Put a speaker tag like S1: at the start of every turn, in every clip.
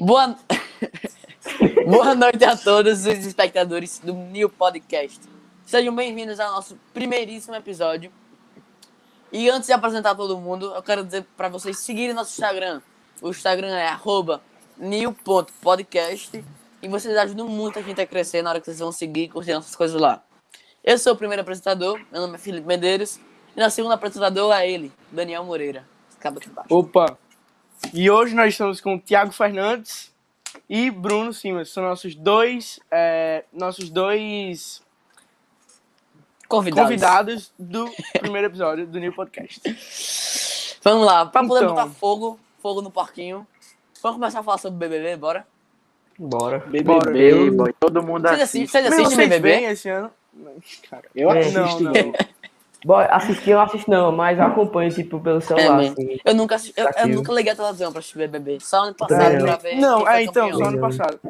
S1: Boa... Boa noite a todos os espectadores do New Podcast. Sejam bem-vindos ao nosso primeiríssimo episódio. E antes de apresentar todo mundo, eu quero dizer para vocês seguirem nosso Instagram. O Instagram é arroba new.podcast e vocês ajudam muito a gente a crescer na hora que vocês vão seguir e curtir nossas coisas lá. Eu sou o primeiro apresentador, meu nome é Felipe Medeiros, e nosso segundo apresentador é ele, Daniel Moreira. Acaba aqui embaixo.
S2: Opa! E hoje nós estamos com o Thiago Fernandes e Bruno Simas. São nossos dois, é, nossos dois
S1: Convidados.
S2: convidados do primeiro episódio do New Podcast.
S1: Vamos lá, pra poder
S2: Então.
S1: botar fogo, fogo no parquinho. Vamos começar a falar sobre BBB, bora?
S3: Bora.
S2: Bora.
S4: BBB, boy, todo mundo
S1: Vocês
S4: assiste.
S1: assi- vocês
S2: Mas
S1: assistem
S2: vocês
S1: BBB?
S2: veem esse ano? Cara, eu
S3: É,
S2: não,
S3: assisti.
S2: não.
S3: Bora, assistir eu não assisto não, mas acompanho, tipo, pelo
S2: então,
S1: É,
S3: celular,
S1: mano.
S3: assim.
S1: Eu nunca, assisti, eu, eu
S3: Ativo.
S1: nunca liguei a televisão pra assistir BBB. Só ano passado
S3: Também
S1: pra
S3: não.
S1: ver. quem
S2: Não,
S1: foi
S2: é, então,
S1: campeão.
S2: só ano passado.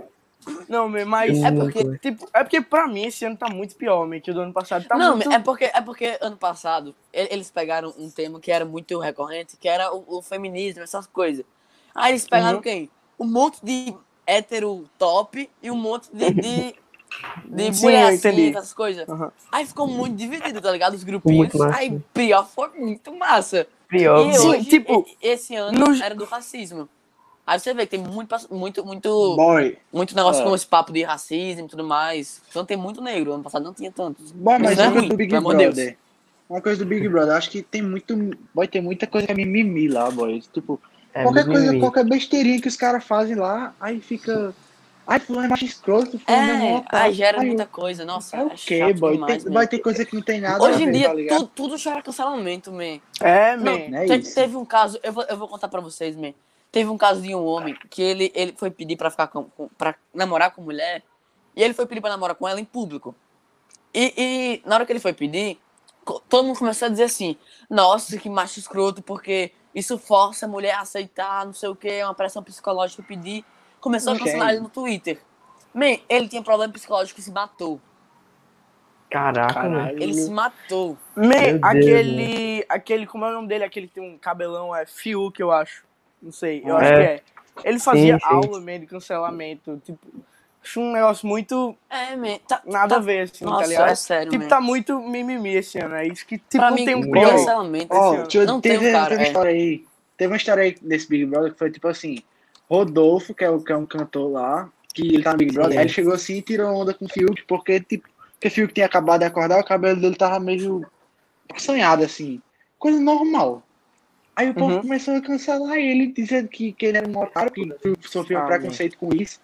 S2: Não, meu, mas
S1: É
S2: é
S1: porque-
S3: Nunca.
S2: tipo, é porque pra mim esse ano tá muito pior, meu, que o do ano passado tá
S1: não,
S2: muito...
S1: é porque é porque ano passado e- eles pegaram um tema que era muito recorrente, que era o, o feminismo, essas coisas. Aí eles pegaram
S2: Uhum.
S1: quem? Um monte de hétero top e um monte de. de... De
S2: Sim,
S1: mulher
S2: eu entendi.
S1: assim, essas coisas.
S2: Aham.
S1: Aí ficou muito dividido, tá ligado? Os grupinhos.
S3: Muito massa.
S1: Aí pior foi muito massa.
S3: Pior.
S1: E
S2: Sim,
S1: hoje,
S2: tipo,
S1: e- esse ano
S2: nos-
S1: era do racismo. Aí você vê que tem muito, pass- muito, muito,
S5: Boy.
S1: muito negócio
S5: É.
S1: com esse papo de racismo e tudo mais. Então tem muito negro. Ano passado não tinha tanto.
S5: Bom, mas
S1: Isso é
S5: uma
S1: ruim,
S5: coisa do Big
S1: pelo amor de
S5: Brother.
S1: Deus.
S5: Uma coisa do Big Brother. Acho que tem muito. Boy, tem muita coisa que é mimimi lá, boy. Tipo,
S3: É,
S5: qualquer
S3: mimimi.
S5: coisa, qualquer besteirinha que os caras fazem lá, aí fica. Ai, fulano é mais escroto, fulano é
S1: É,
S5: mó
S1: aí gera
S5: Ai,
S1: muita coisa. Nossa,
S5: É o
S1: que,
S5: quê, boy? Tem, boy, tem coisa que não tem nada. a
S1: né? Hoje em
S5: ver,
S1: dia,
S5: tá ligado?
S1: tu- tudo gera cancelamento, man.
S2: É, meu.
S1: Não,
S5: é
S1: te-
S5: isso.
S1: teve um caso, eu vou, eu vou contar pra vocês, man. Teve um caso de um homem que ele, ele foi pedir pra ficar com, com, pra namorar com mulher. E ele foi pedir pra namorar com ela em público. E, e na hora que ele foi pedir, co- todo mundo começou a dizer assim: Nossa, que macho escroto, porque isso força a mulher a aceitar, não sei o que, é uma pressão psicológica pedir. Começou a
S5: Não
S1: cancelar
S5: tem.
S1: ele no Twitter. Man, ele tinha problema psicológico e se matou.
S3: Caraca, mano.
S2: Caralho.
S1: Ele se matou.
S2: Man,
S3: Deus, né?
S2: aquele. aquele. Como é o nome dele? Aquele que tem um cabelão, é Fiuk, eu acho. Não sei, eu acho
S3: É.
S2: que é. Ele fazia
S3: sim.
S2: aula meio de cancelamento. Tipo, acho um negócio muito
S1: É, man. Tá,
S2: nada a
S1: tá,
S2: ver, assim, tá
S1: Nossa,
S2: ligado?
S1: é sério,
S2: tipo,
S1: man.
S2: tá muito mimimi esse ano. É isso que, tipo,
S1: pra
S2: não
S1: mim,
S2: tem um
S3: bom,
S2: pior.
S3: essa-
S1: cancelamento.
S5: Ó,
S2: esse ano.
S5: deixa eu-
S1: Não
S5: teve,
S1: tem um cara,
S5: teve
S1: é.
S5: uma história aí. Teve uma história aí desse Big Brother que foi tipo assim: Rodolfo, que é, o, que é um cantor lá, que ele tá no Big Brother,
S3: Sim.
S5: aí ele chegou assim e tirou onda com o Fiuk, porque tipo, porque o Fiuk tinha acabado de acordar, o cabelo dele tava meio assanhado, assim. Coisa normal. Aí o povo
S2: Uhum.
S5: começou a cancelar ele, dizendo que, que ele era um otário, que o Fiuk sofreu
S2: Ah,
S5: preconceito com isso.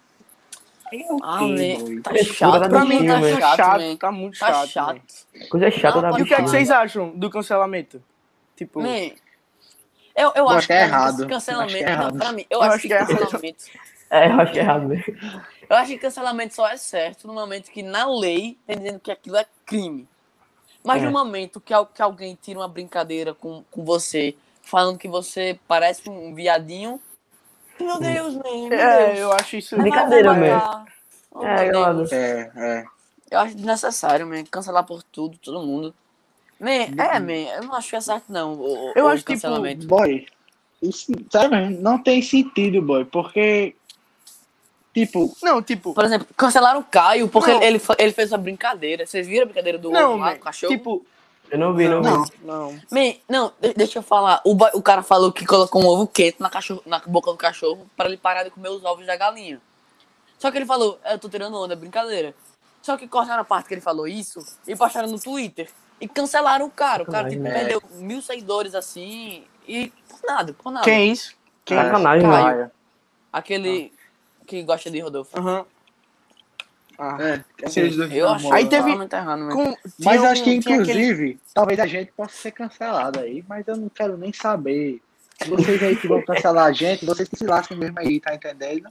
S5: Aí eu
S1: Ah,
S5: fiquei,
S1: man,
S5: boy.
S1: tá
S3: Frescura
S1: chato.
S3: da
S1: Pra
S2: Pra
S1: mim
S2: mim,
S3: mentira,
S1: tá
S3: velho.
S2: tá
S1: chato,
S2: chato,
S1: man.
S2: tá muito
S1: Tá
S2: chato.
S1: chato.
S2: man.
S3: Coisa chata
S1: Não,
S3: da
S1: pode
S2: E o que é que
S1: Chato.
S2: vocês acham do cancelamento? Tipo,
S1: Man, eu, eu
S5: acho
S1: acho
S5: que é errado.
S1: que cancelamento.
S5: Acho que é
S1: não,
S5: errado.
S1: pra mim, eu, acho, que,
S2: é errado.
S1: cancelamento.
S3: É, eu acho que é errado mesmo.
S1: Eu acho que cancelamento só é certo no momento que na lei tem dizendo que aquilo é crime. Mas
S3: É.
S1: no momento que, al- que alguém tira uma brincadeira com, com você, falando que você parece um viadinho. Meu Deus, man, meu
S2: é,
S1: Deus.
S2: eu acho isso.
S1: Vai, vai
S3: Brincadeira, man.
S1: matar. Oh,
S3: É,
S1: meu
S3: galera.
S1: Deus.
S5: É, é.
S1: Eu acho desnecessário, man. Cancelar por tudo, todo mundo. Man, é, man. Eu não acho que é certo, não. O, o-
S2: Eu
S1: o
S2: acho, tipo,
S1: cancelamento.
S5: Boy, isso, sabe, não tem sentido, boy, porque, tipo,
S2: Não, tipo,
S1: Por exemplo, cancelaram o Caio porque
S2: Não.
S1: ele, ele, fa- ele fez uma brincadeira. Vocês viram a brincadeira do
S2: não,
S1: ovo lá,
S2: man,
S1: do cachorro?
S2: tipo,
S3: Eu não vi, não,
S2: não,
S3: vi.
S2: não.
S1: Man, não, de- deixa eu falar. O, boy- o cara falou que colocou um ovo quente na, cachorro, na boca do cachorro para ele parar de comer os ovos da galinha. Só que ele falou, eu tô tirando onda, é brincadeira. Só que cortaram a parte que ele falou isso e postaram no Twitter. E cancelaram o cara. O cara tipo,
S3: Sacanagem,
S1: perdeu mil seguidores assim e por nada, por nada.
S2: Quem é isso? Quem é isso?
S3: Sacanagem,
S1: Caio.
S3: velho.
S1: Aquele que gosta de Rodolfo.
S2: Aham. Ah.
S5: É,
S2: Vocês dois
S1: Eu acho
S2: Aí
S1: que
S2: teve-
S1: tá muito errado, man.
S2: Com-
S5: Mas
S2: tinha
S5: acho que,
S2: um- tinha aquele-
S5: inclusive, talvez a gente possa ser cancelado aí, mas eu não quero nem saber. Vocês aí que vão cancelar a gente, vocês que se lascam mesmo aí, tá entendendo?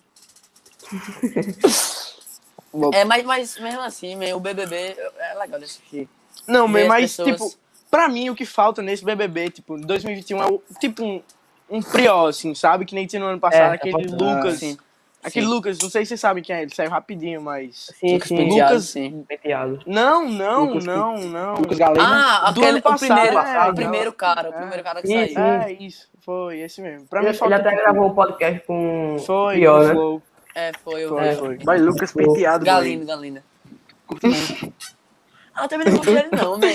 S1: É, mas, mas mesmo assim, man, o BBB é legal de assistir.
S2: Não,
S1: Ver
S2: mas,
S1: as
S2: mas,
S1: pessoas-
S2: tipo, pra mim o que falta nesse BBB, tipo, 2021 é o- tipo um, um prior, assim, um sabe? Que nem tinha no ano passado,
S3: É,
S2: aquele
S3: pode-
S2: Lucas.
S1: Sim.
S2: Aquele
S1: Sim.
S2: Lucas, não sei se vocês sabem quem é, ele saiu rapidinho, mas.
S3: Sim,
S1: Lucas
S3: sim.
S1: Penteado,
S2: Lucas-
S1: sim.
S3: Penteado.
S2: Não, não,
S5: Lucas-
S2: não, não.
S5: Lucas Galena.
S1: Ah,
S2: Do
S1: aquele,
S2: ano passado,
S1: o primeiro,
S2: é,
S1: o primeiro cara, o primeiro cara que
S3: Sim,
S1: saiu.
S2: É isso, foi esse mesmo. Pra
S3: Ele,
S2: mim
S3: ele
S2: falta. tipo,
S3: até gravou um podcast com
S2: Foi,
S3: o Pior, né? Tipo,
S2: Flow.
S1: É, foi o
S2: Foi,
S1: é,
S2: foi.
S5: Vai, Lucas penteado,
S1: Galindo, Galindo. Ah, eu também não confio nele não, man. É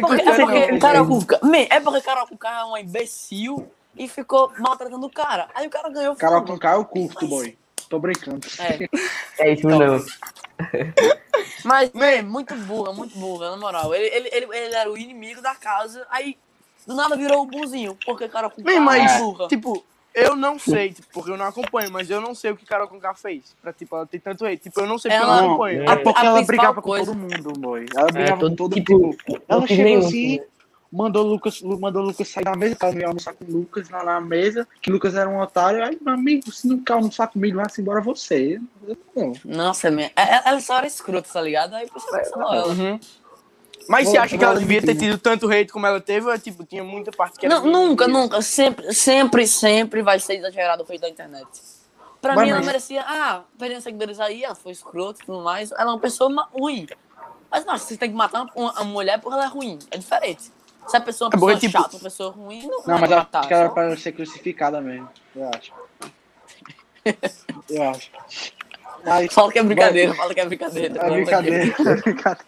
S1: porque,
S2: confia
S1: é
S2: nele
S1: porque
S2: não,
S1: o Carol
S2: velho.
S1: Cuca... Man, é porque o Carol Cuca é uma imbecil e ficou maltratando o cara. Aí o cara ganhou...
S5: Carol
S1: fogo.
S5: com K eu curto, boy. Tô brincando.
S1: É.
S3: É isso mesmo.
S1: Mas, man, muito burra, muito burra, na moral. Ele, ele, ele, ele era o inimigo da casa, aí do nada virou o bonzinho. Porque Carol Cuca
S2: Bem,
S1: é
S2: mas,
S1: burra.
S2: tipo, eu não sei, tipo, porque eu não acompanho, mas eu não sei o que Carol Conká fez. Pra, tipo, ela ter tanto hate. Tipo, eu não sei porque eu
S1: Ela-
S2: não acompanho.
S3: É.
S5: É porque
S1: A
S5: ela
S1: principal
S5: brigava
S1: coisa-
S5: com todo mundo, boy. Ela brigava
S3: todo
S5: com todo
S3: tipo-
S5: mundo. Ela
S3: não fiz
S5: chegou
S3: nenhum,
S5: assim,
S3: né?
S5: mandou o Lucas, Lu- mandou o Lucas sair da mesa, que ela não ia almoçar com o Lucas lá na mesa, que o Lucas era um otário. Aí, meu amigo, se não quer almoçar comigo lá, se embora você. Eu não.
S1: Nossa, man. Ela, ela só era escrota, tá ligado? Aí o pessoal cancelou ela.
S2: Uhum. Mas você
S5: Vou-
S2: acha que ela
S5: vou-
S2: devia ter tido tanto hate como ela teve? Ou, tipo, tinha muita parte
S5: é
S2: que era.
S1: Não, nunca, nunca. Sempre, sempre, sempre vai ser exagerado o feito da internet. Pra
S5: Mas-
S1: mim, ela
S5: mas-
S1: merecia. Ah, perdendo seguidores aí, ela foi escrota e tudo mais. Ela é uma pessoa ma- ruim. Mas não, você tem que matar uma, uma mulher porque ela é ruim. É diferente. Se a pessoa é
S2: É
S1: uma pessoa
S2: porque, tipo-
S1: chata, uma pessoa ruim, não,
S5: Não,
S1: vai
S5: mas eu acho
S1: matar.
S5: que ela era
S1: só-
S5: pra ser crucificada mesmo. Eu acho. Eu acho. Mas,
S1: Fala que é brincadeira, fala que é brincadeira.
S5: É brincadeira, é brincadeira.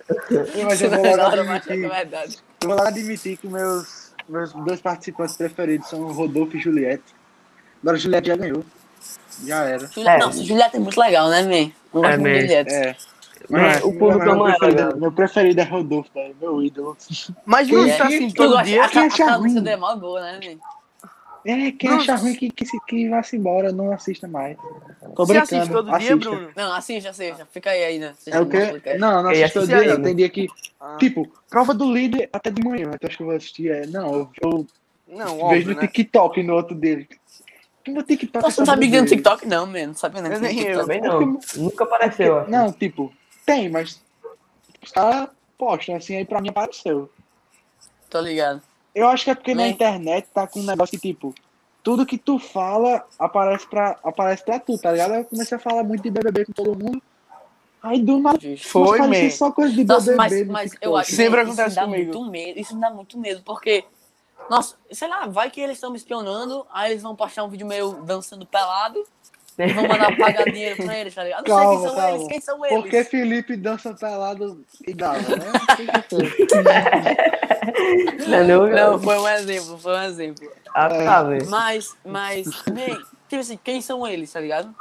S5: Mas
S1: Você
S5: eu vou
S1: vai
S5: logo
S1: agora, mas é
S5: admitir,
S1: verdade.
S5: eu vou logo admitir que meus, meus dois participantes preferidos são o Rodolfo e Juliette. Agora a Juliette já ganhou. Já era.
S1: Juliette,
S3: É.
S1: Nossa, Juliette é muito legal, né, man? Não gosto muito
S3: É,
S1: de
S3: man.
S1: Juliette.
S5: É.
S3: Mas o povo
S5: meu,
S3: ama ela,
S5: preferido,
S3: velho.
S5: meu preferido é Rodolfo, velho, meu ídolo.
S2: Mas não
S5: Quem-
S2: tá assim
S5: quem-
S1: Tu
S2: todo
S1: gosta
S2: dia.
S1: a-
S5: quem
S1: a-
S5: acha
S1: aquela música
S5: ruim?
S1: dela é mó boa, né, man?
S5: É, quem
S2: Bruno.
S5: acha ruim que, que, se- que vá se embora, não assista mais. Tô
S2: Você
S5: brincando.
S2: assiste todo dia,
S5: assista.
S2: Bruno?
S1: Não, assista, assista. Fica aí ainda.
S5: É o quê? Não, não
S3: Ei,
S5: assisto todo
S2: assiste
S5: dia,
S2: aí.
S5: não. Tem dia que.
S2: Ah,
S5: Tipo, prova do líder até de manhã, então acho que eu vou assistir. É, não, eu,
S2: não,
S5: eu vejo
S2: óbvio,
S5: no
S2: né?
S5: TikTok no outro dele. Que no TikTok.
S1: Nossa,
S5: eu
S1: não
S5: sou
S1: sabia que tinha no
S5: dele.
S1: TikTok, não, mano. Não sabia não.
S2: Eu
S1: que tinha no
S2: nem
S1: TikTok.
S2: eu.
S3: Também não. Nunca apareceu, acho.
S5: Não, tipo, tem, mas. Os caras postam assim, aí pra mim apareceu.
S1: Tô ligado.
S5: Eu acho que é porque na
S1: Né?
S5: internet tá com um negócio que, tipo, tudo que tu fala aparece pra, aparece pra tu, tá ligado? Eu comecei a falar muito de BBB com todo mundo. Aí do nada.
S1: Justo.
S2: Foi,
S5: começa a aparecer
S2: man.
S5: só coisa de
S1: Nossa,
S5: BBB.
S1: mas,
S5: no
S1: mas eu
S5: TikTok.
S1: acho que
S2: Sempre
S1: isso me
S2: acontece
S1: dá
S2: comigo.
S1: muito medo. Isso me dá muito medo, porque. Nossa, sei lá, vai que eles estão me espionando, aí eles vão postar um vídeo meu dançando pelado e vão mandar pagar dinheiro pra eles, tá ligado? Não sei
S5: Calma,
S1: quem são
S5: calma.
S1: eles, quem são eles.
S5: Porque Felipe dança pelado e dava, né?
S3: Não, é não,
S1: Não, Uhum. foi um exemplo, foi um exemplo.
S3: Ah, tá, velho.
S1: Mas, mas, man, tipo assim, quem são eles, tá ligado?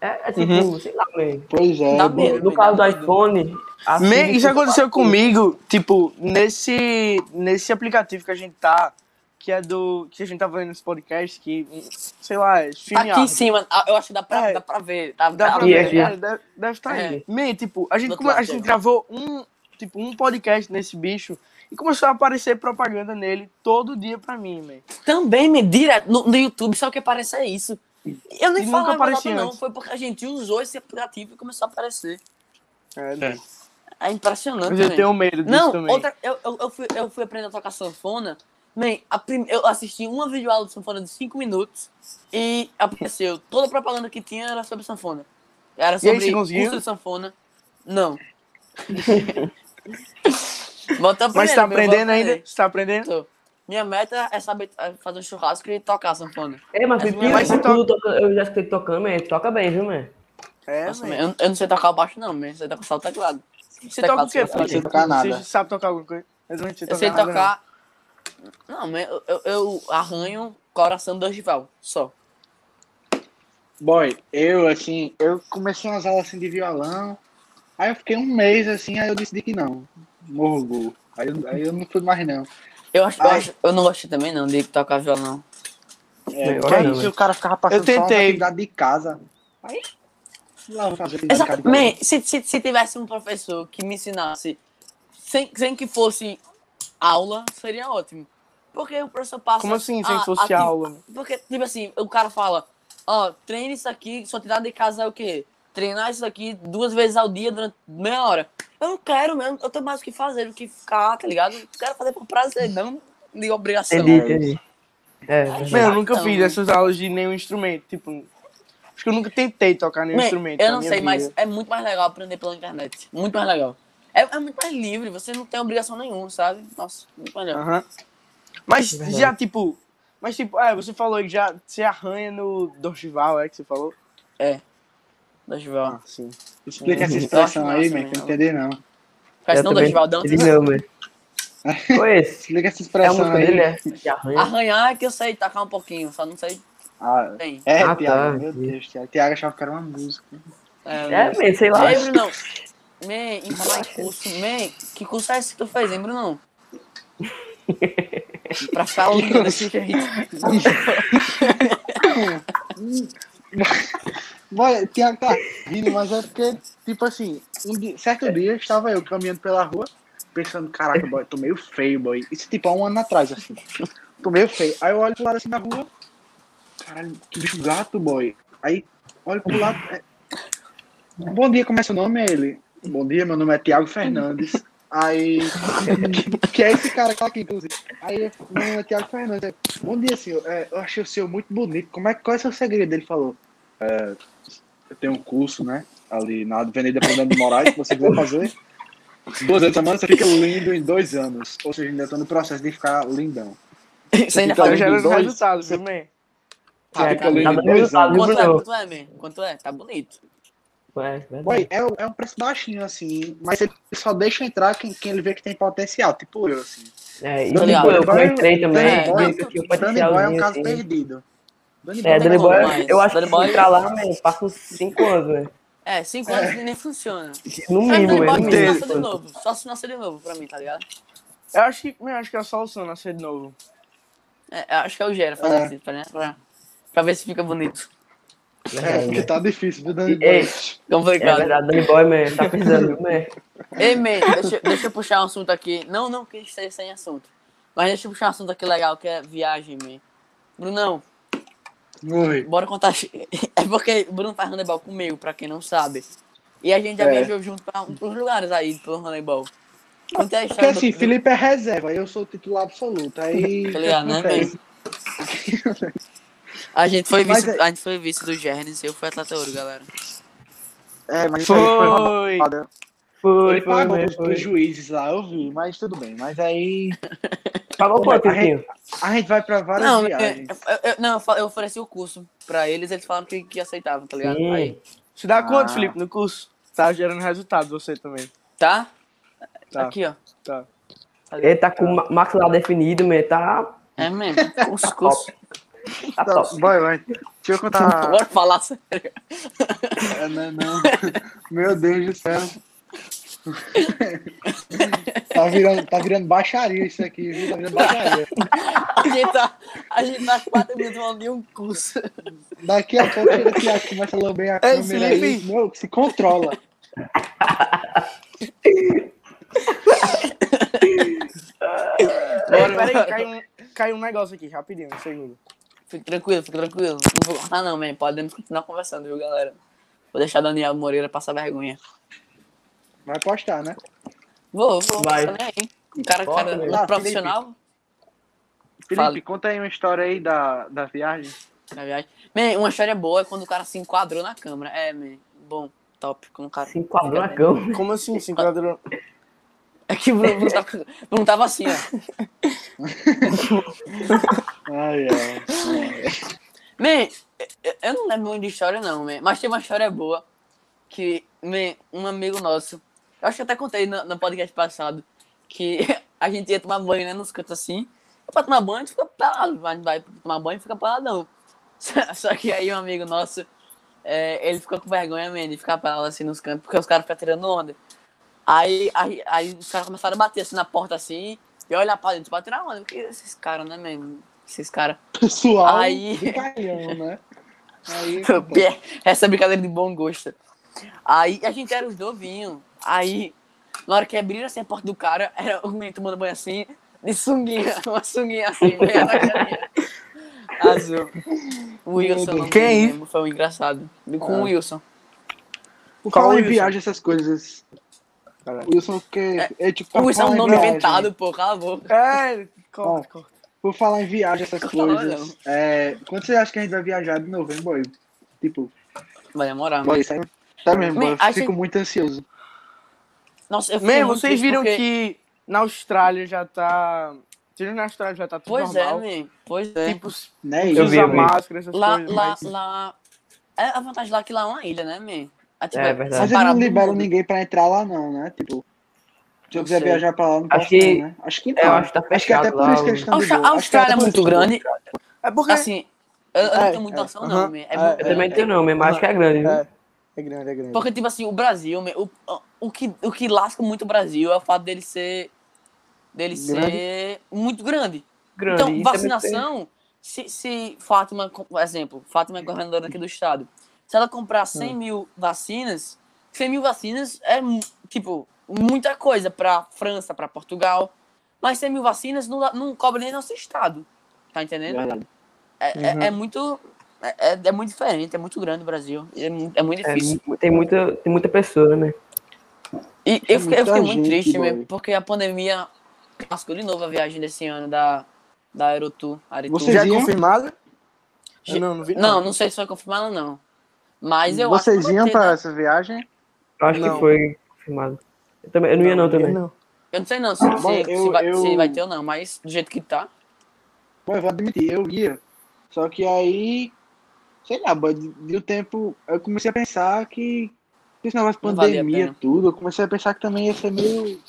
S3: É, é tipo,
S2: Uhum.
S3: sei lá, velho.
S5: Pois é.
S1: Dá
S5: boy.
S1: medo.
S3: No caso do iPhone. assim,
S2: Me- Isso
S3: tipo,
S2: aconteceu comigo, tipo, nesse, nesse aplicativo que a gente tá, que é do. que a gente tá vendo nesse podcast, que, sei lá, é
S1: Tá
S2: filme
S1: aqui em
S2: arte.
S1: cima, ah, eu acho que dá pra,
S2: É.
S1: dá pra ver. Tá,
S2: Dá pra
S3: Aqui,
S2: ver,
S3: aqui.
S2: cara, deve- deve estar
S1: É.
S2: aí. Man, tipo, a gente,
S1: Do outro
S2: come- a
S1: lado,
S2: gente
S1: né?
S2: gravou um, tipo, um podcast nesse bicho e começou a aparecer propaganda nele todo dia pra mim, man.
S1: Também, me direto no, no YouTube, só que aparece é isso. Eu nem
S2: E nunca
S1: falava
S2: aparecia
S1: nada, não.
S2: antes.
S1: Foi porque a gente usou esse aplicativo e começou a aparecer.
S2: É,
S1: É impressionante,
S2: Mas eu
S1: né?
S2: tenho medo disso
S1: Não,
S2: também.
S1: outra... Eu, eu, eu fui, eu fui aprender a tocar sanfona. Man, a prim- eu assisti uma videoaula de sanfona de 5 minutos e apareceu. Toda a propaganda que tinha era sobre sanfona. Era
S2: E aí,
S1: sobre
S2: você conseguiu?
S1: curso de sanfona. Não. Bota
S2: Mas tá aprendendo ainda? Você tá aprendendo?
S1: Minha meta é saber é fazer um churrasco e tocar sanfona.
S3: É, mas
S1: Mas
S3: Pepinho,
S2: você
S3: tu
S2: toca-
S3: toca- eu já escutei tocando, mas toca bem, viu, mano?
S2: É,
S1: Nossa,
S2: man.
S1: man, eu, eu não sei tocar o baixo, não, man. Eu sei tocar só o teclado.
S2: Você toca o quê,
S1: teclado,
S5: sei
S2: Felipe?
S5: tocar nada.
S2: Você sabe tocar alguma coisa? Mas eu não
S1: Eu sei
S2: nada, não.
S1: tocar. Não, man, eu, eu- eu arranho coração do rival, só.
S5: Boy, eu assim, eu comecei umas aulas assim de violão. Aí eu fiquei um mês assim, aí eu decidi que não. Morro. Aí, eu- aí eu não fui mais não.
S1: Eu acho, eu
S5: Ai.
S1: acho- eu não gostei também, não, de tocar violão.
S5: É,
S3: Melhor
S5: que é
S3: não,
S5: isso,
S3: né?
S5: o cara ficava passando
S2: Eu
S5: só uma
S2: tentei.
S5: atividade de casa. Aí, lá eu vou fazer atividade de casa.
S1: Exatamente. Se, se, se tivesse um professor que me ensinasse sem, sem que fosse aula, seria ótimo. Porque o professor passa.
S2: Como assim, sem
S1: a-
S2: fosse
S1: ati-
S2: aula?
S1: Porque, tipo assim, o cara fala, ó, treina isso aqui, sua atividade de casa é o quê? Treinar isso aqui duas vezes ao dia durante meia hora. Eu não quero mesmo, eu tenho mais o que fazer do que ficar, tá ligado? Eu quero fazer por prazer, não de obrigação.
S3: Entendi, entendi. É,
S1: Ai,
S2: Meu,
S1: Exato.
S2: eu nunca fiz essas aulas de nenhum instrumento, tipo. Acho que eu nunca tentei tocar nenhum
S1: Man,
S2: instrumento.
S1: Eu
S2: na
S1: não
S2: minha
S1: sei,
S2: vida.
S1: mas é muito mais legal aprender pela internet. Muito mais legal. É, é muito mais livre, você não tem obrigação nenhuma, sabe? Nossa, muito melhor.
S2: Aham. Mas
S3: Verdade.
S2: já, tipo. Mas, tipo, é, você falou que já se arranha no Dorchival, é que você falou?
S1: Dorival.
S2: Ah, sim.
S5: Explica essa
S1: Eu
S5: expressão
S1: acho
S5: aí,
S1: massa,
S5: man, que eu
S1: né?
S5: não entendi não.
S1: Parece
S3: Eu
S1: não
S3: também
S1: Dorival
S3: entendi
S1: Dantas.
S3: Não, mas... Foi esse.
S5: Explica essa
S3: É a
S5: expressão
S3: música
S5: aí.
S3: dele, é? De arranha.
S1: Arranhar é que eu sei tacar um pouquinho, só não sei
S5: Ah,
S1: bem.
S5: é,
S3: Ah,
S5: Tiago,
S3: tá.
S5: meu Deus, Tiago. Tiago achava que era uma música.
S3: É, man, sei lá.
S1: Ei, Brunão. Man, em falar em curso, man, que curso é esse que tu fez, hein, Brunão? pra ficar lindo desse jeito.
S5: Boy, Tiago tá rindo, mas é porque, tipo assim, um dia- certo dia estava eu caminhando pela rua, pensando, caraca, boy, tô meio feio, boy. Isso tipo há um ano atrás, assim. Tô meio feio. Aí eu olho pro lado assim na rua, caralho, que bicho gato, boy. Aí olho pro lado. é, Bom dia, como é seu nome? Aí Ele. Bom dia, meu nome é Tiago Fernandes. Aí. Que é esse cara que tá aqui, inclusive. Aí eu, meu nome é Tiago Fernandes. Aí, Bom dia, senhor. É, eu achei o senhor muito bonito. Como é, qual é o seu segredo? Ele falou É, eu tenho um curso, né? Ali na Avenida Fernando de Moraes, que você quiser fazer. Duas vezes a semana você fica lindo em dois anos. Ou seja, ainda estou no processo de ficar lindão.
S1: Você ainda
S2: Tá
S5: Então,
S1: fala.
S5: já-
S2: gerando
S5: dois.
S2: resultados, viu, man?
S1: Ah, tá
S5: fica lindo em
S1: bom.
S3: É, dando
S5: dois
S3: resultado,
S5: anos. né?
S3: viu?
S1: Quanto é,
S3: Bruno.
S1: quanto é, man? Quanto é? Tá bonito.
S3: É, verdade.
S5: Ué, é, é um preço baixinho, assim, mas ele só deixa entrar quem, quem ele vê que tem potencial, tipo eu, assim.
S3: É, e
S1: Tô
S3: tipo, eu
S5: ligado.
S3: quando eu entrei também,
S1: É,
S3: eu vi que eu tinha um
S5: Danny Boy é um
S3: potencialzinho,
S5: caso
S3: assim.
S5: perdido. Danny um
S3: É,
S1: Não
S3: Danny
S1: tem
S3: Boy,
S1: como, mas
S3: eu acho que
S1: Danny Boy-
S3: se entrar lá, man, passa uns 5 anos, velho.
S1: É, cinco anos nem funciona.
S3: No
S1: Mas Danny
S3: mínimo, velho.
S1: Boy
S3: no
S1: que se
S2: inteiro,
S1: nasceu de
S3: mínimo.
S1: novo. Só se nasceu de novo pra mim, tá ligado?
S2: Eu acho que, man, eu acho que é a solução nascer de novo.
S1: É, eu acho que é o Gera fazer
S5: É.
S1: assim, pra, né? pra, pra ver se fica bonito.
S5: É,
S3: Verdade,
S5: porque
S3: né?
S5: tá difícil, viu, Danny
S3: Ei,
S5: Boy?
S3: É
S1: Complicado.
S3: verdade, Danny Boy, man, tá precisando, viu, man?
S1: Ei, man, deixa, eu- deixa eu puxar um assunto aqui. Não, não que esteja sem assunto. Mas deixa eu puxar um assunto aqui legal, que é viagem, man. Brunão,
S5: Oi.
S1: bora contar. É porque o Bruno faz handebol comigo, pra quem não sabe. E a gente já
S5: É.
S1: viajou junto pra uns lugares aí pelo handebol. Conta a
S5: Porque
S1: história.
S5: assim,
S1: do-
S5: Felipe é reserva, eu sou o titular absoluto. Aí.
S1: Tá ligado, né,
S5: acontece.
S1: man? A gente foi
S5: Mas
S1: vice,
S5: é-
S1: a gente foi vice do Gernes e eu fui atleta ouro, galera.
S5: É, mas isso aí foi uma
S2: Foi!
S5: roubada.
S3: Foi,
S5: Ele
S3: foi,
S5: pagou
S3: man,
S5: pros, pros
S3: foi.
S5: juízes lá, eu vi, mas tudo bem. Mas aí
S3: Pagou quanto,
S5: A gente-
S3: Tiquinho?
S5: a gente vai pra várias
S3: é,
S1: Não, é, eu,
S5: viagens.
S1: eu- eu- não, eu fa- eu ofereci o curso pra eles, eles falaram que, que aceitavam, tá ligado?
S3: Sim.
S1: Aí,
S2: Se dá
S5: Ah.
S2: quanto, Felipe, no curso? Tá gerando resultado você também.
S1: tá?
S2: Tá.
S1: Aqui, ó.
S2: Tá.
S3: Ele tá com o ma- maxilar definido, man, tá,
S1: É mesmo, curso, curso.
S3: tá
S5: Tá,
S3: top.
S5: vai, vai. Deixa eu contar.
S1: Bora falar sério.
S5: É, não, não. Meu Deus do céu. tá, virando, tá virando baixaria isso aqui, viu? Tá virando baixaria.
S1: A gente tá, a gente tá quatro minutos falando de um curso.
S5: Daqui a pouco ele aqui, aqui começa a lamber a câmera aí.
S2: Felipe.
S5: Meu, se controla.
S1: Bora,
S2: Peraí,
S1: bora.
S2: caiu um, caiu um negócio aqui, rapidinho, um segundo.
S1: Fica tranquilo, fica tranquilo. Não vou cortar não, man. Podemos continuar conversando, viu, galera? Vou deixar Daniel Moreira passar vergonha.
S5: Vai postar, né?
S1: Vou, vou.
S3: Vai.
S1: tá nem aí. Um cara,
S3: Bora,
S1: cara
S3: velho.
S1: um
S5: Tá,
S1: profissional
S5: Felipe,
S1: Fala.
S5: conta aí uma história aí da, da viagem.
S1: na viagem. Man, uma história boa é quando o cara se enquadrou na câmera. É, man. Bom, top. Quando o cara...
S3: Se enquadrou na cama.
S2: Como assim, se enquadrou?
S1: É que o Bruno, Bruno tava, Bruno tava assim, ó.
S5: Ai, ai.
S1: Man, eu- eu não lembro muito de história, não, man. Mas tem uma história boa que, man, um amigo nosso, eu acho que eu até contei no, no podcast passado, que a gente ia tomar banho, né, nos cantos assim. Pra tomar banho, a gente fica pelado. A gente vai tomar banho e fica peladão. Só- Só que aí um amigo nosso, é, ele ficou com vergonha, man, de ficar pelado assim nos cantos, porque os caras ficam tirando onda. Aí, aí, aí os caras começaram a bater assim na porta assim, e olhar pra dentro pra tirar onda. Porque esses caras, né, man? Esses caras.
S5: Pessoal,
S1: Aí.
S5: do Baião, né? Aí,
S1: Bem, Essa é brincadeira de bom gosto. Aí a gente era os novinhos. Aí, na hora que abriram assim, a porta do cara, era o menino tomando banho assim, de sunguinha, uma sunguinha assim, meia da carinha. Azul. O Wilson, não
S2: Quem é
S1: lembro,
S2: isso?
S1: Foi um engraçado. Com
S5: Ah.
S1: o Wilson.
S5: Por
S2: Qual
S5: falar em
S2: Wilson?
S5: viagem, essas coisas.
S2: Caralho.
S5: Wilson, porque. É, tipo,
S2: Ah,
S5: pra
S1: o Wilson é
S5: falar
S1: um
S5: em
S1: nome
S5: viagem,
S1: inventado, pô, cala a boca.
S2: É, corta, corta.
S5: Por falar em viagem, essas
S1: Não,
S5: coisas. é, quando você acha que a gente vai viajar de novo, hein, boy? Tipo,
S1: Vai demorar, mano.
S5: Boy, tá, tá mesmo,
S1: Man,
S5: boy, eu
S1: achei-
S5: fico muito ansioso.
S1: Nossa, eu fiquei
S2: Man,
S1: muito
S2: vocês
S1: triste
S2: viram
S1: porque-
S2: que na Austrália já tá. Vocês viram que na Austrália já tá tudo
S1: Pois
S2: normal.
S1: é, man. Pois é.
S2: Tipo, se
S5: Né?
S3: Eu
S5: Eu
S3: vi,
S2: usa
S3: eu vi.
S2: máscara, essas
S1: Lá,
S2: coisas.
S1: lá,
S2: mas-
S1: lá. É a vantagem lá é que lá é uma ilha, né, man? tipo,
S3: É verdade.
S5: Mas eles
S1: separado
S5: não
S1: do
S5: liberam
S1: mundo.
S5: ninguém pra entrar lá, não, né? Tipo, se eu
S1: Não
S5: quiser
S1: sei.
S5: viajar pra lá, não
S3: Acho
S5: posso,
S3: que-
S5: não, né? Acho que não.
S3: É, eu acho que tá
S5: Acho que até
S3: fechado
S5: por
S3: lá.
S5: isso
S3: o-
S5: que eles
S1: A
S5: estão de
S1: Austra-
S5: boa.
S1: a
S5: Acho que até
S1: Austrália é
S5: por
S1: muito
S5: isso que-
S1: grande.
S2: É porque.
S1: Assim, eu, eu não
S2: É,
S1: tenho muita
S2: é,
S1: noção, não,
S2: aham,
S1: man. É,
S2: é,
S1: muito
S2: é,
S3: Eu também não tenho não, mas acho que é grande, viu?
S2: É, é grande, é grande.
S1: Porque, tipo assim, o Brasil, meu, o, o, que, o que lasca muito o Brasil é o fato dele ser. dele
S5: Grande.
S1: ser muito grande.
S3: Grande.
S1: Então,
S3: Isso é muito-
S1: vacinação, se, se Fátima, com- por exemplo, Fátima é governadora aqui do estado, se ela comprar 100 mil vacinas, 100 mil vacinas é, mu- tipo, muita coisa para França, para Portugal, mas 100 mil vacinas não, dá- não cobre nem nosso estado, tá entendendo?
S5: Verdade.
S1: É, é- é muito... É, é- é muito diferente, é muito grande o Brasil. É, mu- é muito
S3: é,
S1: difícil.
S3: tem, muita, tem muita pessoa, né?
S1: E eu fiquei, eu
S5: muita
S1: fiquei muito
S5: gente,
S1: triste,
S5: boy.
S1: mesmo, porque a pandemia lascou de novo a viagem desse ano da, da Aerotour. Aritour.
S5: Vocês
S2: Já é
S5: iam?
S2: confirmada?
S1: Ge-
S2: Não, não vi.
S1: Não, não sei se foi confirmado ou não. Mas eu acho
S5: Vocês
S1: que vai
S5: iam
S1: ter,
S5: pra
S1: né?
S5: essa viagem?
S3: Eu acho
S2: Não.
S3: que foi confirmado. Eu, também, eu não ia não também.
S2: Não.
S1: Eu não sei não se, se-
S5: Bom,
S1: se
S5: eu-
S1: vai, se
S5: eu-
S1: vai ter ou não, mas do jeito que tá.
S5: Pô, eu vou admitir, eu ia. Só que aí, sei lá, boy, de- deu tempo. Eu comecei a pensar que. Esse negócio de
S1: Não valia a
S5: pandemia,
S1: pena.
S5: tudo, eu comecei a pensar que também ia ser meio.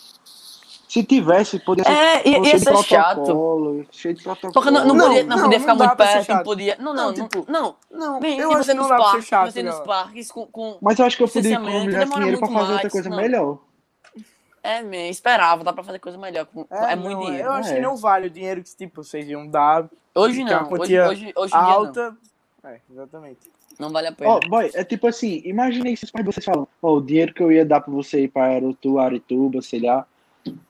S5: Se tivesse, poderia ser.
S1: É, e,
S5: fosse
S1: e
S5: cheio
S1: ia
S5: de
S1: ser chato.
S5: protocolo, Cheio de protocolo.
S1: Porque não, não,
S2: Não,
S1: podia, não,
S2: não,
S1: podia
S2: não
S1: ficar
S2: dá
S1: muito
S2: pra ser
S1: perto, não
S2: chato.
S1: podia. Não, não,
S2: Não,
S1: não.
S2: tipo,
S1: não.
S2: Não,
S1: Bem,
S2: eu
S1: e
S2: acho que
S1: você
S2: não
S1: nos
S2: dá pra ser
S1: parques,
S2: chato.
S1: você nos
S2: não.
S1: parques com. com...
S5: Mas eu acho que eu podia
S1: Licenciamento
S5: economizar esse
S1: demora
S5: dinheiro pra
S1: muito
S5: fazer outra
S1: mais,
S5: coisa
S1: não.
S5: melhor.
S1: É, man, esperava, dá pra fazer coisa melhor. com- É,
S2: não,
S1: muito
S2: Eu
S1: dinheiro.
S2: acho
S5: É.
S2: que não vale o dinheiro que tipo, vocês iam dar.
S1: Hoje
S2: que é
S1: não.
S2: uma
S1: Hoje,
S2: quantia
S1: hoje, hoje em dia não.
S2: alta. É, exatamente.
S1: Não vale a pena.
S5: Ó, boy, é tipo assim, imaginei se os pais de vocês falam, ó, o dinheiro que eu ia dar pra você ir pra Aerotu, Arituba, sei lá.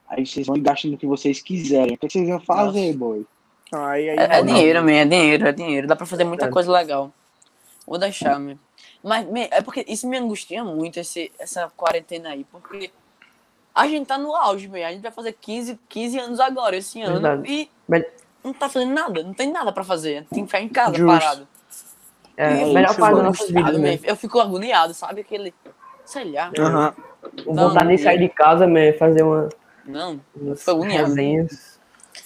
S5: Aí vocês vão gastando o que vocês quiserem. O que vocês iam fazer, boy?
S2: Então, Aí, aí,
S1: É, é
S2: não.
S1: dinheiro, man, é dinheiro, é dinheiro. Dá pra fazer muita
S3: Verdade.
S1: coisa legal. Vou deixar, man. Mas, man, é porque isso me angustia muito, esse, essa quarentena aí, porque a gente tá no auge, man. A gente vai fazer 15, 15 anos agora, esse ano.
S3: Verdade.
S1: E
S3: Mas-
S1: não tá fazendo nada, não tem nada pra fazer. Tem que ficar em casa,
S2: Justo.
S1: parado.
S3: É,
S1: E eu
S3: melhor
S1: fico
S3: fazer
S1: angustiado,
S3: nossas vidas,
S1: man.
S3: né?
S1: Eu fico agoniado, sabe? Aquele. Sei lá.
S2: Aham.
S1: Não,
S3: Vontade de sair de casa, man, fazer uma,
S1: Não.
S3: umas
S1: Foi agoniado.
S3: resenhas.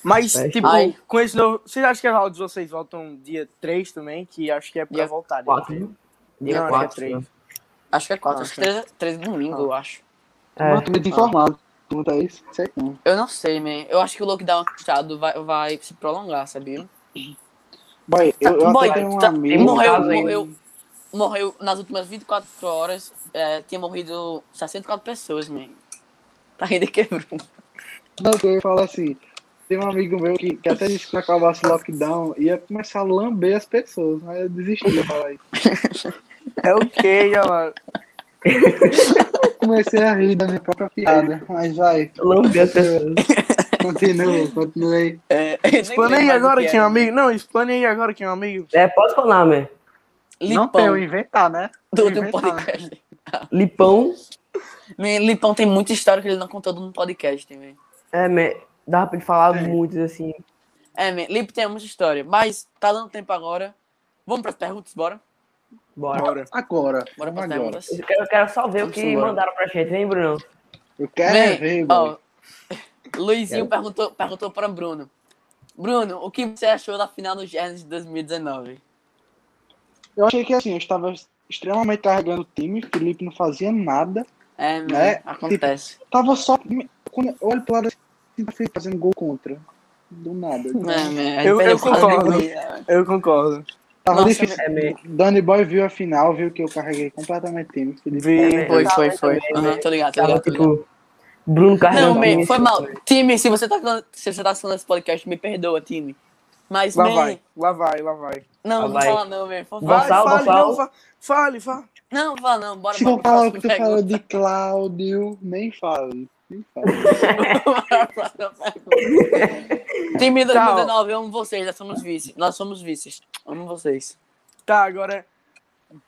S2: Mas,
S3: Mas-
S2: tipo,
S1: Ai.
S2: com esse novo. Vocês acham que as aulas de vocês voltam dia 3 também? Que acho que é pra
S1: Dia
S2: voltar. né?
S3: Quatro.
S2: Não,
S3: Dia
S2: acho que é
S3: 4.
S2: três.
S3: né?
S1: Acho que é quatro,
S2: Ah,
S1: acho que três, três domingo, eu acho.
S5: Mano,
S3: É,
S5: tô muito informado. Quanto a isso? Sei não.
S1: Eu não sei, man. Eu acho que o lockdown aqui no estado vai, vai se prolongar, sabia?
S5: Boy, eu, eu
S1: Boy,
S5: até tenho um
S1: tá-
S5: amigo.
S3: morre-
S1: morreu,
S3: caso aí.
S1: morreu, morreu nas últimas 24 horas. É, tinha morrido 64 pessoas, man. Tá ainda quebrou.
S5: Não, eu falo assim. Tem um amigo meu que, que até disse que quando acabasse o lockdown, ia começar a lamber as pessoas, mas eu desisti de falar isso.
S2: É o que, galera?
S5: Comecei a rir da minha própria piada, mas vai,
S3: lambe as pessoas.
S5: continua, continua aí.
S1: É, eu nem
S2: Explana
S1: lembro
S2: aí
S1: mais o
S2: agora,
S1: que né?
S2: que é um
S1: era.
S2: amigo. Não, explana aí agora, que é um amigo.
S3: É, pode falar, man.
S5: Não tem
S1: Lipão,
S5: eu inventar, né?
S1: do, do
S5: inventar.
S1: podcast.
S3: Lipão.
S1: Man, Lipão tem muita história que ele não contou no podcast, man.
S3: É, man. Dava pra ele falar
S5: É.
S3: muitos, assim.
S1: É, man, Lip tem muita história. Mas tá dando tempo agora. Vamos pras perguntas, bora?
S3: Bora.
S2: Bora.
S5: Agora,
S1: Bora pras
S5: agora.
S1: perguntas.
S3: Eu quero, eu quero só ver o
S1: Vamos
S3: que
S1: embora.
S3: mandaram pra gente, hein, Bruno?
S5: Eu quero
S1: Bem,
S5: é ver,
S1: ó,
S5: boy.
S1: Luizinho perguntou, perguntou para Bruno. Bruno, o que você achou da final do Gênesis de 2019?
S5: Eu achei que assim, eu estava extremamente carregando o time, Felipe não fazia nada.
S1: É, mano,
S5: Né?
S1: acontece.
S5: Tava só. Quando eu olho pro lado assim, tá Felipe fazendo gol contra. Do nada. Então,
S1: É, man,
S2: Eu-
S1: perdeu
S2: eu
S1: por causa de
S2: concordo.
S1: gol, né?
S2: Eu concordo.
S5: Tava
S1: Nossa,
S5: difícil.
S3: É, man.
S5: Danny Boy viu a final, viu que eu carreguei completamente o time.
S1: É,
S5: Felipe.
S2: Vi.
S1: Foi,
S3: Tava
S1: foi, foi.
S3: também,
S1: Aham,
S3: né?
S1: tô ligado, tô
S3: Tava,
S1: ligado. tô ligado.
S3: tipo, Bruno
S1: tá
S3: carregando
S1: Não,
S3: o time,
S1: man, foi
S3: assim,
S1: mal. Time, se você tá se você tá assistindo esse podcast, me perdoa, time. Mas,
S2: Lá
S1: man,
S2: vai, lá vai, lá vai.
S1: não,
S3: Lá
S1: não
S3: vai.
S1: fala não, man. Vou falar.
S2: Vai,
S3: Gonçalo,
S2: fale,
S3: Gonçalo.
S2: não, fa- fale, fale.
S1: Não, fala não, bora.
S5: Se
S1: bora
S5: for
S1: pra
S5: falar Tipo, o que tu
S1: próxima
S5: falou
S1: pergunta.
S5: de Cláudio, nem fale. Nem fale.
S1: Bora pra próxima pergunta. Time 2019, eu amo vocês, nós somos vice. Nós somos vices. Amo vocês.
S2: Tá, agora.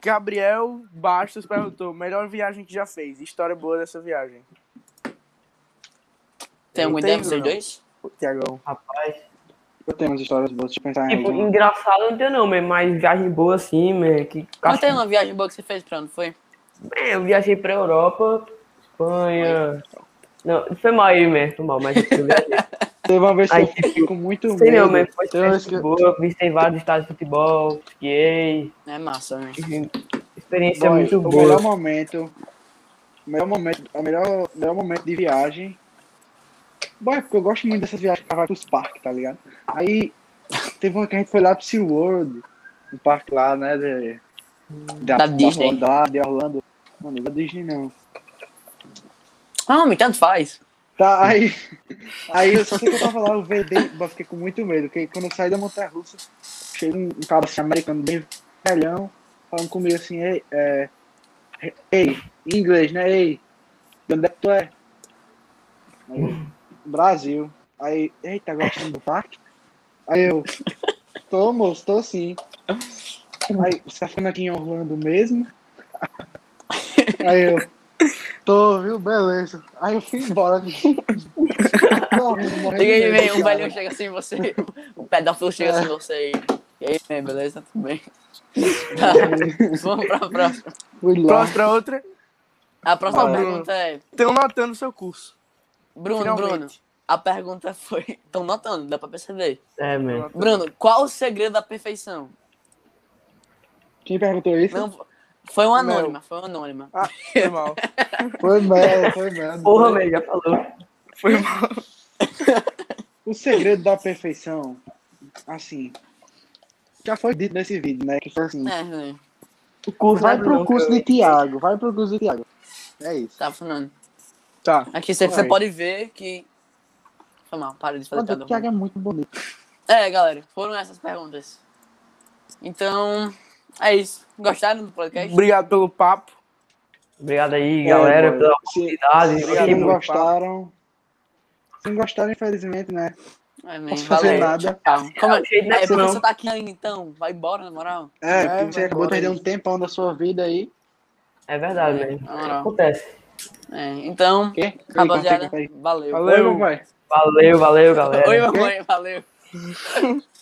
S2: Gabriel Bastos perguntou: melhor viagem que já fez? História boa dessa viagem.
S1: Tem
S2: Eu
S1: alguma
S2: tenho,
S1: ideia vocês
S2: não.
S1: dois?
S2: Tiagão.
S3: Rapaz,
S5: Eu tenho umas histórias boas de pensar em
S3: Tipo,
S5: alguma.
S3: engraçado eu não tenho não, man, mas viagem boa assim, man, que...
S1: Não tem uma viagem boa que você fez pra onde foi?
S3: É, eu viajei pra Europa, Espanha... Não, foi mal aí, man, foi mal, mas... eu viajei.
S5: Teve uma vez que
S3: Ai,
S5: eu fico com muito
S3: Sei não, man,
S5: medo.
S3: foi
S5: Teve uma vez
S3: experiência
S5: que eu-
S3: boa, eu visitei vários estádios de futebol, esquiei,
S1: É massa, né?
S3: enfim, experiência
S5: Boy,
S3: é muito
S5: o
S3: boa.
S5: melhor momento. O melhor momento, o melhor, o melhor momento de viagem. Boy, porque eu gosto muito dessas viagens pra vai pros parques, tá ligado? Aí teve uma que a gente foi lá pro SeaWorld, um parque lá, né? De, da,
S1: Disney.
S5: Da, Orlando, de Orlando. Mano, da Disney não.
S1: Não, me Ah, tanto faz.
S5: Tá, aí. Aí eu só sei que eu tava lá, eu vedei, mas fiquei com muito medo, porque quando eu saí da Montanha Russa, chega um, um cara assim, americano bem velhão, falando comigo assim, ei, é, ei, em inglês, né? Ei, de onde é que tu é? Aí eu, Brasil. Aí, eita, gostando do parque? Aí eu, tô, moço, tô sim. Aí, você tá ficando aqui em Orlando mesmo? Aí eu, tô, viu? Beleza. Aí eu fui embora. Não, eu morri de
S1: E aí,
S5: medo,
S1: vem, um
S5: cara.
S1: velhinho chega assim em você, o pedófilo chega assim em você. E aí, vem, beleza? Tudo bem? Tá, vamos pra próxima.
S5: Fui lá.
S2: Próximo pra outra.
S1: A próxima
S5: Olha.
S1: pergunta é...
S2: Estão notando o seu curso.
S1: Bruno,
S2: Finalmente.
S1: Bruno, a pergunta foi... Estão notando, dá pra perceber.
S3: É, man.
S1: Bruno, qual o segredo da perfeição?
S5: Quem perguntou isso?
S1: Não, foi uma
S2: Não.
S1: anônima, foi uma anônima.
S2: Ah, foi mal.
S5: Foi Mel, foi Mel.
S3: Porra, man, já falou.
S2: Foi mal.
S5: O segredo da perfeição, assim, já foi dito nesse vídeo, né? Que foi assim.
S1: É, né?
S3: O curso
S5: Vai
S3: né,
S5: pro
S3: Bruno?
S5: curso de Tiago, vai pro curso de Tiago. É isso.
S1: Tá falando.
S2: Tá.
S1: Aqui você, você
S5: Vai.
S1: pode ver que... Foi mal, para de fazer
S5: Mano, o
S1: piada.
S5: Tiago é muito bonito.
S1: É, galera, foram essas perguntas. Então, é isso. Gostaram do podcast?
S2: Obrigado pelo papo.
S3: Obrigado aí, galera,
S5: mano.
S3: pela
S5: Se,
S3: oportunidade.
S5: É, se
S3: Fiquei
S5: não
S3: muito-
S5: gostaram. Se não gostaram, infelizmente, né?
S1: É, man,
S5: Não posso fazer
S1: valeu.
S5: nada.
S1: Tchau. Como é,
S3: Não, jeito não é
S1: é porque
S3: não.
S1: você tá aqui ainda, então vai embora, na moral.
S5: É,
S2: É,
S5: porque você
S2: vai
S5: acabou
S2: embora.
S5: perdendo um tempão da sua vida aí.
S3: É verdade,
S1: É,
S3: velho.
S1: na moral.
S3: Acontece.
S1: É, então,
S5: Quê? Ei,
S1: rapaziada,
S5: complica aí.
S1: valeu.
S2: Valeu.
S5: Oi, papai.
S3: Valeu, valeu, galera.
S1: Oi, mamãe, valeu.